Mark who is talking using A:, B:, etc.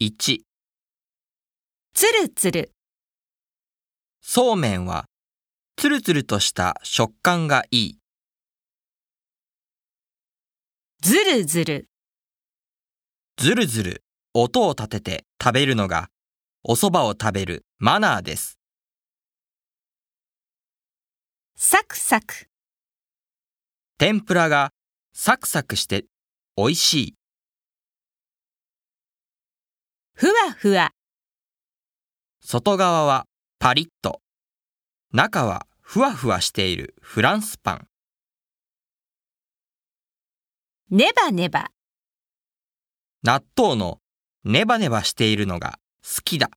A: 1、
B: つるつる、
A: そうめんは、つるつるとした食感がいい。
B: ずるずる、
A: ずるずる、音を立てて食べるのが、お蕎麦を食べるマナーです。
B: サクサク、
A: 天ぷらがサクサクして美味しい。
B: ふわふわ、
A: 外側はパリッと、中はふわふわしているフランスパン。
B: ネバネバ。
A: 納豆のネバネバしているのが好きだ。